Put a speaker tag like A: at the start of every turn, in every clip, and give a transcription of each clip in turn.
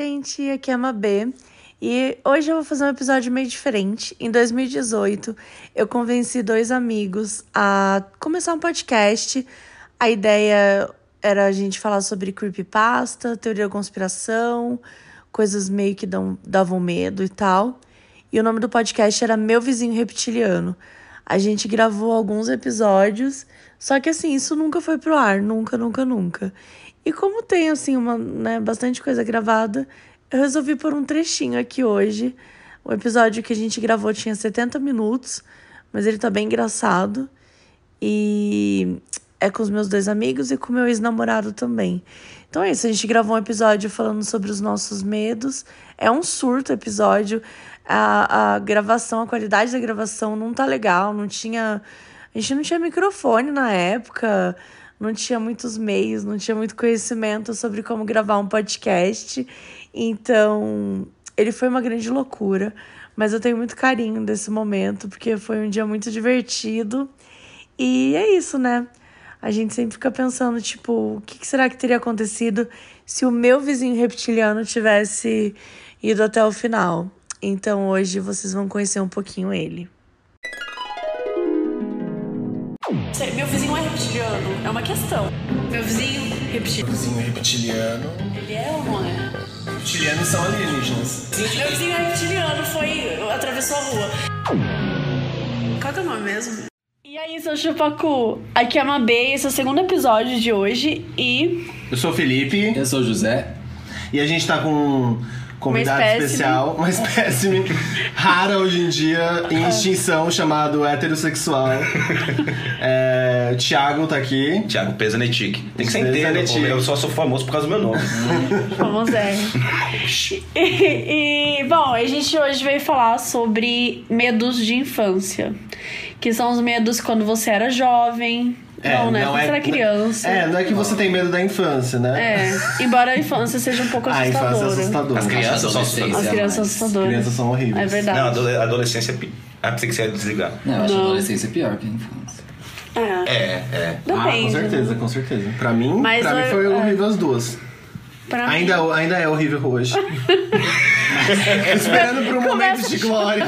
A: gente, aqui é a Mabê e hoje eu vou fazer um episódio meio diferente. Em 2018, eu convenci dois amigos a começar um podcast. A ideia era a gente falar sobre creepypasta, teoria da conspiração, coisas meio que dão, davam medo e tal. E o nome do podcast era Meu Vizinho Reptiliano. A gente gravou alguns episódios, só que assim, isso nunca foi pro ar, nunca, nunca, nunca. E como tem assim uma, né, bastante coisa gravada, eu resolvi pôr um trechinho aqui hoje. O episódio que a gente gravou tinha 70 minutos, mas ele tá bem engraçado. E é com os meus dois amigos e com meu ex-namorado também. Então é isso, a gente gravou um episódio falando sobre os nossos medos. É um surto episódio. A, a gravação, a qualidade da gravação não tá legal, não tinha. A gente não tinha microfone na época não tinha muitos meios, não tinha muito conhecimento sobre como gravar um podcast. Então, ele foi uma grande loucura, mas eu tenho muito carinho desse momento, porque foi um dia muito divertido. E é isso, né? A gente sempre fica pensando, tipo, o que será que teria acontecido se o meu vizinho reptiliano tivesse ido até o final? Então, hoje vocês vão conhecer um pouquinho ele.
B: Meu vizinho é reptiliano, é uma questão. Meu vizinho reptiliano.
C: vizinho reptiliano.
B: Ele é ou não é?
C: Reptilianos são alienígenas.
B: Meu vizinho é reptiliano foi. atravessou a rua. Qual que é o nome mesmo? E aí, seu Chupacu? Aqui é a Mabê, esse é o segundo episódio de hoje e.
C: Eu sou o Felipe
D: Eu sou o José.
C: e a gente tá com um convidado
B: Uma espécime.
C: especial, uma espécime rara hoje em dia, em extinção, chamado heterossexual. É, o Thiago tá aqui.
E: Thiago Pesanetic. Tem que ser
C: Pesanetic.
E: inteiro, pô. Eu só sou famoso por causa do meu nome.
B: Vamos ver. E, e, bom, a gente hoje veio falar sobre medos de infância. Que são os medos quando você era jovem. não, né? Quando você era criança.
C: É, não é que você tem medo da infância, né?
B: É, embora a infância seja um pouco
C: A
B: assustadora.
C: infância é assustadora.
E: As crianças são
D: Adolescência.
E: assustadoras.
B: As crianças são
C: As
D: As
B: assustadoras.
C: crianças são
B: É
C: horríveis.
E: Não, a
B: verdade.
E: adole- a adolescência é pi- Ah, pensei que você ia desligar.
D: Não, eu acho
B: Não.
D: a adolescência pior que a infância.
B: É,
E: É, é.
C: Ah, com
B: depende.
C: certeza, com certeza. Pra mim,
B: Mas
C: pra mim
B: eu-
C: foi
B: é.
C: horrível as duas.
B: Pra mim-
C: Ainda, ainda é horrível hoje. Esperando por um momento de glória.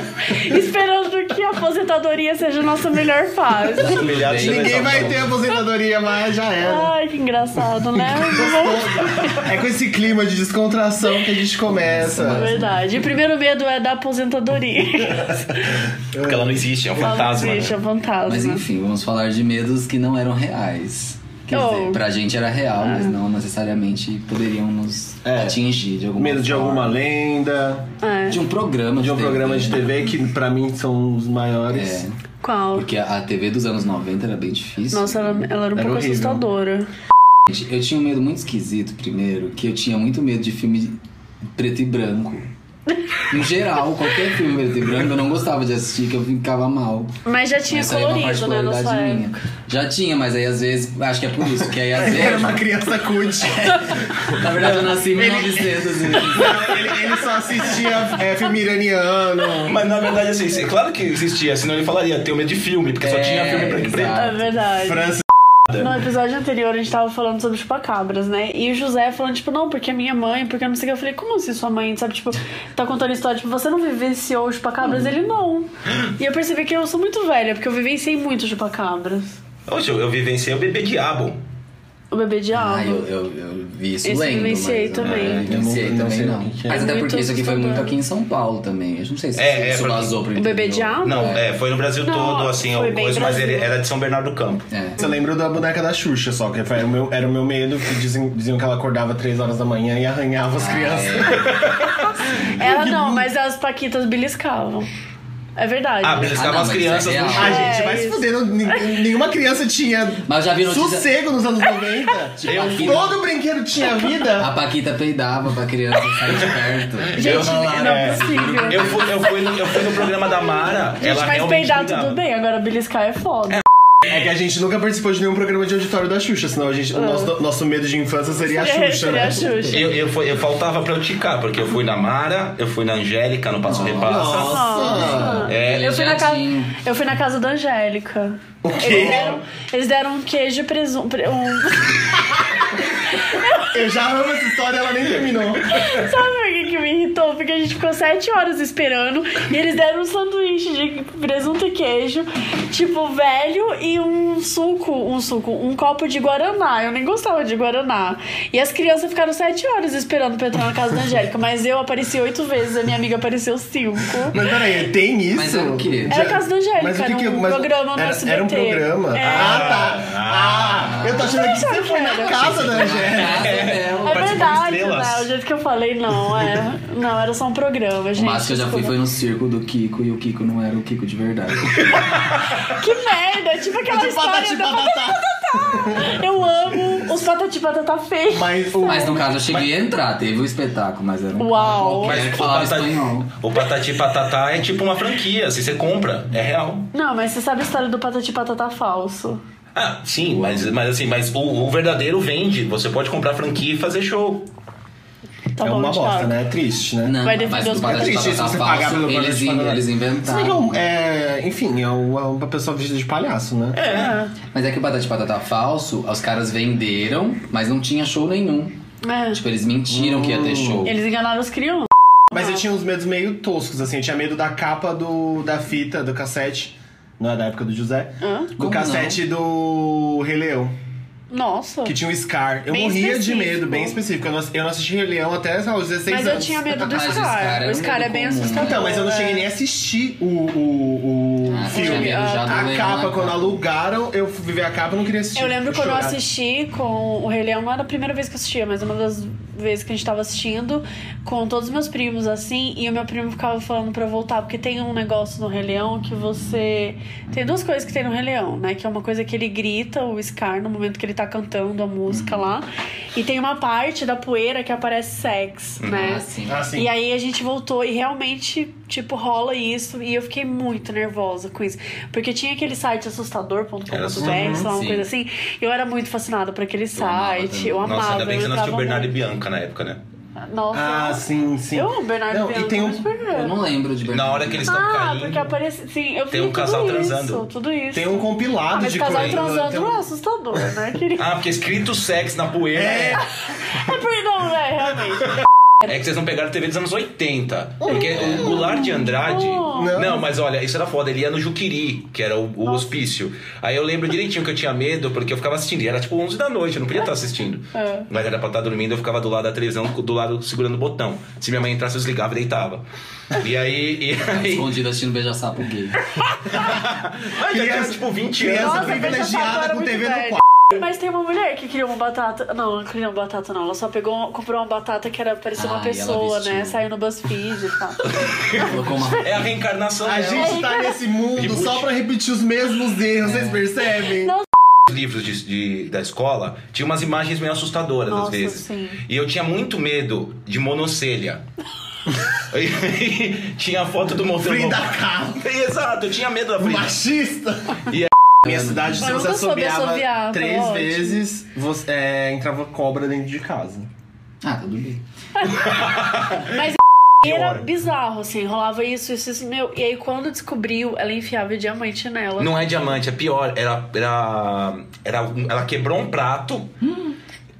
B: Esperando que a aposentadoria seja a nossa melhor fase.
E: Humilhado de
C: Ninguém
E: televisão.
C: vai ter aposentadoria mais, já era.
B: Ai, que engraçado, né? Vamos-
C: É com esse clima de descontração que a gente começa.
B: é Verdade. O primeiro medo é da aposentadoria.
E: Porque ela não existe, é um fantasma. né?
B: Existe, é um fantasma.
D: Mas enfim, vamos falar de medos que não eram reais. Quer
B: Oh. É.
D: dizer, pra gente era real, mas não necessariamente poderiam nos
C: É.
D: atingir de alguma
C: Medo de
D: forma.
C: alguma lenda,
B: É.
D: De um programa de,
C: de um
D: TV.
C: programa de TV que pra mim são os maiores.
D: É,
B: Qual?
D: porque a TV dos anos 90 era bem difícil.
B: Nossa, ela, ela era um
C: Era
B: pouco
C: horrível.
B: assustadora.
D: Gente, Eu tinha um medo muito esquisito, primeiro, que eu tinha muito medo de filme preto e branco. Em geral, qualquer filme preto e branco eu não gostava de assistir, que eu ficava mal.
B: Mas já tinha
D: Isso aí é uma
B: colorido, né? Na sua
D: particularidade
B: época.
D: minha. Já tinha, mas aí às vezes, acho que é por isso, que aí às
C: Era
D: vezes.
C: uma criança cult.
D: Na verdade, eu nasci em 1900. e-
C: ele, ele só assistia é, filme iraniano.
E: Mas na verdade, assim, é claro que existia, senão ele falaria, tenho medo de filme, porque só
D: É,
E: tinha filme preto e preto.
D: exato.
B: É verdade.
C: França.
B: No episódio anterior a gente tava falando sobre chupacabras, né? E o José falando, tipo, não, porque a minha mãe, porque eu não sei o que. Eu falei, como assim sua mãe, sabe? Tipo, tá contando história, tipo, você não vivenciou os chupacabras? Ele não. E eu percebi que eu sou muito velha, porque eu vivenciei muito chupacabras.
E: Hoje eu, eu vivenciei o bebê diabo.
B: O bebê diabo.
D: Ah, eu, eu, eu vi isso
B: Esse eu
D: lendo.
B: vivenciei
D: mas,
B: também.
D: É, eu vivenciei
C: Eu não- não
D: também,
C: sei
D: não.
C: o que que é.
D: Mas até
B: Muito
D: porque isso aqui foi muito
B: assustador.
D: aqui em São Paulo também. Eu não sei se
E: É, é,
D: isso
E: porque-
D: vazou pro
B: O bebê
D: interior.
B: diabo?
E: Não,
D: É.
E: é, foi no Brasil
B: Não,
E: todo, assim,
B: foi
E: o
B: bem
E: coisa, mas ele
B: Brasil.
E: era de São Bernardo do Campo.
D: É.
C: Você lembra da boneca da Xuxa só, que foi o meu- era o meu medo, que dizem- diziam que ela acordava 3 horas da manhã e arranhava as crianças.
B: Ela não, mas as paquitas beliscavam. É verdade.
E: Ah, beliscava
D: Ah, não,
E: as
D: mas
E: crianças
D: isso é
E: no
D: real.
E: chão.
C: Ah, gente, vai
B: É,
C: se
B: isso.
C: fuder. não- nin- Nenhuma criança tinha
D: Mas já vi notícia-
C: sossego nos anos 90.
D: Tipo, a Paquita-
C: Todo brinquedo tinha vida.
D: É, A Paquita peidava pra criança sair de perto.
B: Gente, não é
D: é.
B: possível.
E: Eu fui, eu, fui no, eu fui no programa da Mara.
B: Gente,
E: ela
B: mas
E: realmente
B: peidar
E: me dava.
B: tudo bem, agora beliscar é foda.
C: É que a gente nunca participou de nenhum programa de auditório da Xuxa, senão a gente, o nosso, nosso medo de infância seria a Xuxa,
B: Ah. É, Seria
C: né?
B: a Xuxa.
E: Eu, eu, fui- eu faltava praticar, porque eu fui na Mara, eu fui na Angélica, no Passo Repassa.
C: Nossa!
E: É,
B: Eu fui, na casa,
D: Beijadinho.
B: eu fui na casa da Angélica.
C: O
B: Eles
C: quê?
B: deram, eles deram um queijo e presunto. pre- Um...
C: Eu já amo essa história, ela nem terminou.
B: Sabe por que, aguentou, porque a gente ficou sete horas esperando e eles deram um sanduíche de presunto e queijo, tipo, velho e um suco, um suco, um copo de Guaraná. Eu nem gostava de Guaraná. E as crianças ficaram sete horas esperando pra entrar na casa da Angélica, mas eu apareci oito vezes, a minha amiga apareceu cinco.
C: Mas peraí, tem isso?
D: Mas é o quê?
B: Era a casa da Angélica,
C: Mas o que
B: era
C: que-
B: um
C: mas
B: programa no
C: era,
B: SBT.
C: Era um programa?
B: É.
C: Ah, tá. Ah, eu tô achando que você foi na casa da Angélica.
B: É
F: Participou de
B: verdade,
F: Estrelas.
B: né? O jeito que eu falei, não, é. Não, era só um programa,
D: O
B: gente.
D: máximo que eu já fui foi no circo do Kiko e o Kiko não era o Kiko de verdade.
B: Que merda! é Tipo aquela
C: De patati
B: história da
C: patatá.
B: Eu amo os patati patatá feios.
C: Mas é o...
D: Mas no caso eu cheguei a entrar, teve o espetáculo, mas era um
B: Uau.
D: qualquer
E: Mas
D: que
E: o
D: falava
E: patati-
D: espanhol.
E: o Patati Patatá é tipo uma franquia, assim, você compra, é real.
B: Não, mas você sabe a história do patati patatá falso.
E: Ah, sim, mas, mas assim, mas o, o verdadeiro vende, você pode comprar franquia e fazer show.
B: Tá
C: é
B: bom,
C: uma
B: Thiago.
C: bosta, né? É triste, né?
D: Não,
B: Vai
D: mas
B: defender
D: o
B: os
D: Patati
C: É triste
D: Patatá
C: você pagar
D: falso,
C: pelo Patati
D: tá eles, in-
C: Patatá.
D: eles
C: Se bem que é
D: inventaram.
C: um- é, enfim, é um- é uma pessoa vestida de palhaço, né?
D: Mas é que o Patati Patatá falso, os caras venderam, mas não tinha show nenhum.
B: É.
D: Tipo, eles mentiram que ia ter show.
B: Eles enganaram as crianças.
C: Mas eu tinha uns medos meio toscos, assim. Eu tinha medo da capa do, da fita, do cassete. Não é da época do José. Do
D: Como
C: cassete do Rei Leão,
B: Nossa.
C: que tinha o Scar. Eu
B: Bem
C: morria
B: específico.
C: de medo, bem específico. Eu não, eu não assisti Rei Leão até sei lá, os 16
B: Mas
C: anos.
B: eu tinha medo do
D: Mas esse cara
B: Scar.
D: era
B: O Scar
D: meio
B: é bem
D: comum, né?
B: assustador.
C: Então, mas eu não
B: é.
C: cheguei nem a assistir o, o, o
D: Ah, você
C: filme.
D: tinha medo já do
C: a
D: Leão,
C: capa,
D: né?
C: quando alugaram, eu fui ver a capa e não queria assistir.
B: Eu lembro quando eu
C: chorava.
B: assisti com o Rei Leão, não era a primeira vez que eu assistia, mas uma das vezes que a gente tava assistindo com todos os meus primos, assim, e o meu primo ficava falando pra eu voltar, porque tem um negócio no Rei Leão que você. Tem duas coisas que tem no Rei Leão, né? Que é uma coisa que ele grita, o Scar, no momento que ele tá cantando a música lá, e tem uma parte da poeira que aparece sex, né?
D: Ah, sim.
C: Ah, sim.
B: E aí a gente voltou e realmente, tipo, rola isso. E eu fiquei muito nervosa com isso. Porque tinha aquele site assustador.com.br,
E: Era
B: sei lá, uma
D: sim.
B: coisa assim. Eu era muito fascinada por aquele
D: amava
B: site.
D: também.
B: Eu amava.
E: Nossa, ainda bem que
B: eu
E: você não assistiu
B: entrava
E: Bernardo e
B: muito.
E: Bianca na época, né?
B: Nossa.
C: Ah, sim, sim.
B: Eu amo Bernardo é
C: Não,
B: e Bianca.
C: e tem um-
B: mas Bernardo-
D: Eu não lembro de verdade.
E: Na hora que eles estão
B: Ah, porque
E: caindo.
B: aparece. Sim, eu
E: Tem
B: vi
E: um casal
B: tudo isso,
E: transando.
B: Tudo isso.
C: Tem um
B: ah,
C: compilado
B: mas
C: de
B: casal
C: coisas,
B: transando
C: tem um-
B: não é assustador, né, querido?
E: Ah, porque escrito sexo na poeira. É,
B: É porque não, é, realmente.
E: é que vocês não pegaram TV dos anos 80. Porque o Goulart de Andrade.
C: Não.
E: Não. mas olha, isso era foda. Ele ia no Juquiri, que era o, o hospício. Aí eu lembro direitinho que eu tinha medo, porque eu ficava assistindo. E era tipo 11 da noite, eu não podia estar assistindo.
B: É.
E: Mas era pra estar dormindo, eu ficava do lado da televisão, do lado segurando o botão. Se minha mãe entrasse, eu desligava e deitava. E aí. E aí
D: Escondido assistindo Beija Sapo gay.
C: Ah,
E: Mas já tinha tipo 20 anos.
C: Criança
B: Nossa, Beija-Sapo
C: é privilegiada
B: era
C: com
B: muito
C: TV no
B: velha.
C: quarto.
B: Mas tem uma mulher que criou uma batata. Não, não criou uma batata, não. Ela só pegou, comprou uma batata que era parecia uma
D: Ah, e ela
B: pessoa,
D: vestiu.
B: né? Saiu no BuzzFeed e tal.
D: Colocou uma
E: É a reencarnação
C: A
E: dela.
C: gente tá nesse mundo só pra repetir os mesmos erros, vocês percebem?
B: Não.
E: os livros de- de- da escola tinha umas imagens meio assustadoras
B: Nossa,
E: às vezes.
B: sim.
E: E eu tinha muito medo de monocelha. E tinha a foto do motor.
C: Frida Kahlo.
E: Exato, eu tinha medo da Frida.
C: Machista!
E: E aí-
C: Minha cidade, se
B: Eu
C: você
B: nunca soube
C: assobiava
B: assobiar, foi
C: três
B: ótimo.
C: vezes, você, é, entrava cobra dentro de casa.
D: Ah, tudo bem.
B: E era bizarro, assim, rolava isso, isso, isso, meu. E aí quando descobriu, ela enfiava diamante nela.
E: Não é diamante, é pior. Era, era, era um- ela quebrou um prato.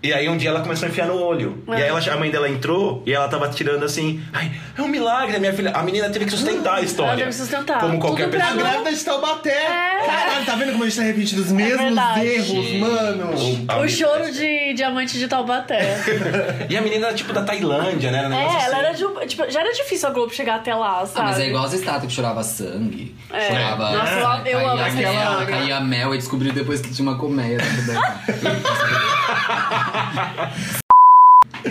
E: E aí um dia ela começou a enfiar no olho. E aí ela- a mãe dela entrou e ela tava tirando assim. Ai, é um milagre, minha filha. A menina teve que sustentar a história.
B: Ela teve que sustentar.
E: Como qualquer
B: Tudo pra
C: A
E: pessoa.
C: grávida de Taubaté! Caralho, tá vendo como a gente tá repetindo os mesmos
B: É. verdade.
C: erros, mano?
E: A
B: O
E: menina-
B: choro de diamante de Taubaté.
E: E a menina era tipo da Tailândia, né? Era um negócio
B: é, ela
E: assim.
B: era de, um- tipo, já era difícil a Globo chegar até lá,
D: Ah,
B: sabe?
D: mas é igual as estátuas que chorava sangue.
B: É.
D: Chorava.
B: Nossa, eu amo- eu
D: caía
B: amo essa
D: mel,
B: história.
D: Caía mel e descobriu depois que tinha uma colmeia dentro dela.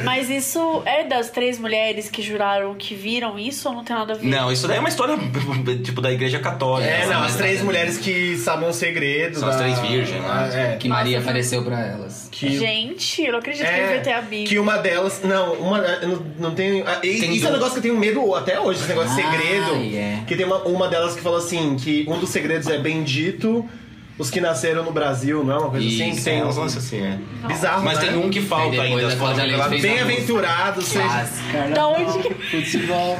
B: Mas isso é das três mulheres que juraram que viram isso ou não tem nada a ver?
E: Não, isso daí é uma história tipo da igreja católica.
C: É,
E: sabe?
C: não, as três mulheres que sabem o segredo.
E: São as
C: da-
E: três virgens, né?
C: Ah, É,
D: Que Maria apareceu pra elas.
C: que...
B: Gente, eu não acredito que ele
C: É,
B: vai ter a Bíblia.
C: que uma delas. Não, uma. eh, eu Não, não tem. ah, e-
E: Tem
C: isso é um
E: duas.
C: negócio que eu tenho medo até hoje, esse negócio de
D: Ah,
C: segredo.
D: é.
C: Que tem uma, uma delas que falou assim: que um dos segredos é bendito. os que nasceram no Brasil, não é uma coisa assim? Que
E: Isso,
C: tem
E: é,
C: um
E: uns lances assim, é.
C: bizarro,
E: Mas
C: né?
E: tem um que
D: Aí
E: falta
D: depois
E: ainda.
D: a Cláudia Leite fez
E: Bem
D: a música.
C: Bem-aventurado, seja.
D: Clássica.
B: Da onde que-
D: Futebol.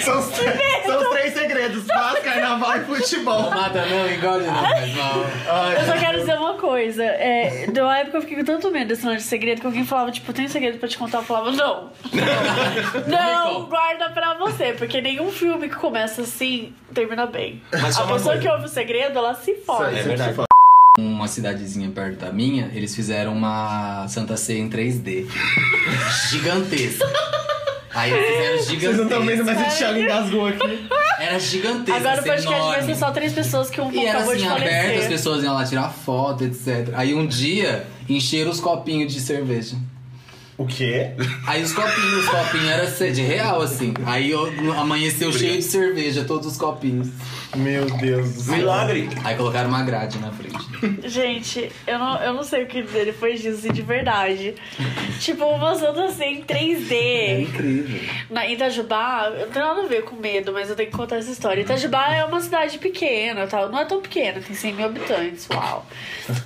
C: São os, tre- são os três segredos: paz, carnaval e futebol.
D: Mata não, engole não, faz mal.
B: Eu só quero dizer uma coisa. É, de uma época eu fiquei com tanto medo desse lance de segredo que alguém falava, tipo, tem segredo pra te contar? Eu falava, não. Não, guarda pra você. Porque nenhum filme que começa assim termina bem.
E: Mas só
B: a
E: uma
B: pessoa que
E: coisa.
B: ouve o segredo, ela se
C: Isso aí,
B: fode.
E: É
C: isso
E: verdade.
C: foi-
D: Uma cidadezinha perto da minha, eles fizeram uma Santa Ceia em 3D. Gigantesca. Aí eles
C: Vocês
D: fizeram
C: não
D: gigantesca.
C: estão vendo, mas o Thiago engasgou aqui.
D: Era gigantesca, assim,
B: Agora o podcast vai
D: enorme.
B: ser só três pessoas que um
D: E era
B: acabou
D: assim,
B: de
D: aberto, as
B: falecer.
D: pessoas iam lá tirar foto, etc. Aí um dia, encheram os copinhos de cerveja.
C: O quê?
D: Aí os copinhos, os copinhos era ce- de real, assim. Aí eu, amanheceu cheio de cerveja, todos os copinhos.
C: Meu Deus do céu.
E: Milagre!
D: Aí colocaram uma grade na frente.
B: Gente, eu não, eu não sei o que dizer depois disso, assim, de verdade. tipo, uma Santa assim, em
C: É
B: 3D.
D: Incrível.
B: Na Itajubá, eu não tenho nada a ver com medo, mas eu tenho que contar essa história. Itajubá é uma cidade pequena, tal. Não é tão pequena, tem 100 mil habitantes, uau.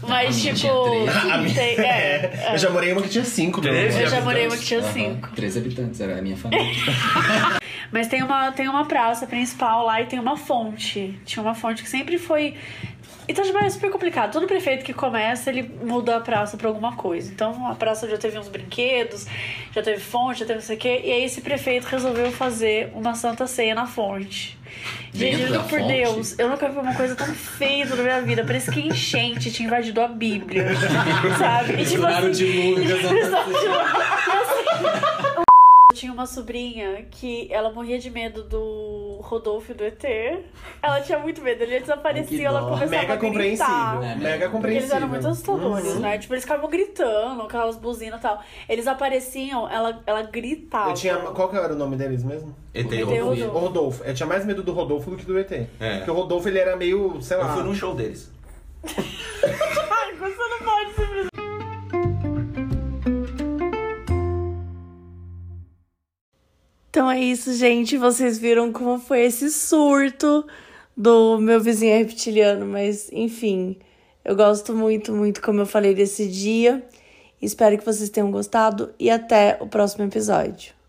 B: Mas,
D: minha
B: tipo,
D: tinha três.
C: A minha-
B: tem, é, é.
C: Eu já morei em uma que tinha cinco, meu
E: Treze?
C: amor.
B: Eu já morei em uma
E: habitantes.
B: que tinha
D: Aham.
B: 5.
D: Três habitantes, era a minha família.
B: Mas tem uma, tem uma praça principal lá e tem uma fonte. Tinha uma fonte que sempre foi. Itajubá é super complicado. Todo prefeito que começa, ele muda a praça pra alguma coisa. Então a praça já teve uns brinquedos, já teve fonte, já teve não sei o quê. E aí esse prefeito resolveu fazer uma santa ceia na fonte. Gente,
D: Dentro
B: juro
D: da
B: por
D: fonte?
B: Deus, eu nunca vi uma coisa tão feia na minha vida. Parece que enchente tinha invadido a Bíblia. sabe? E tipo
D: Juraram
B: assim.
D: de luz,
B: e,
D: Santa
B: sabe, tipo, eu tinha uma sobrinha que ela morria de medo do Rodolfo e do ET. Ela tinha muito medo, ele desaparecia, ela começava
C: Mega
B: a
C: compreensível.
B: gritar. É,
D: né?
C: Mega
B: Porque eles
C: compreensível. Uhum.
B: eram muito assustadores, né? Tipo, eles ficavam gritando, aquelas buzinas e tal. Eles apareciam, ela, ela gritava.
C: Eu tinha... Qual que era o nome deles mesmo?
E: ET
C: O
E: eu
D: Eu
E: fui.
B: Rodolfo.
C: Rodolfo. Eu tinha mais medo do Rodolfo do que do ET.
E: É.
C: Porque o Rodolfo, ele era meio, sei lá...
E: Eu fui num show deles.
B: Ai, você não pode se precisar.
A: Então é isso, gente. Vocês viram como foi esse surto do meu vizinho reptiliano, mas enfim, eu gosto muito, muito, como eu falei, desse dia. Espero que vocês tenham gostado e até o próximo episódio.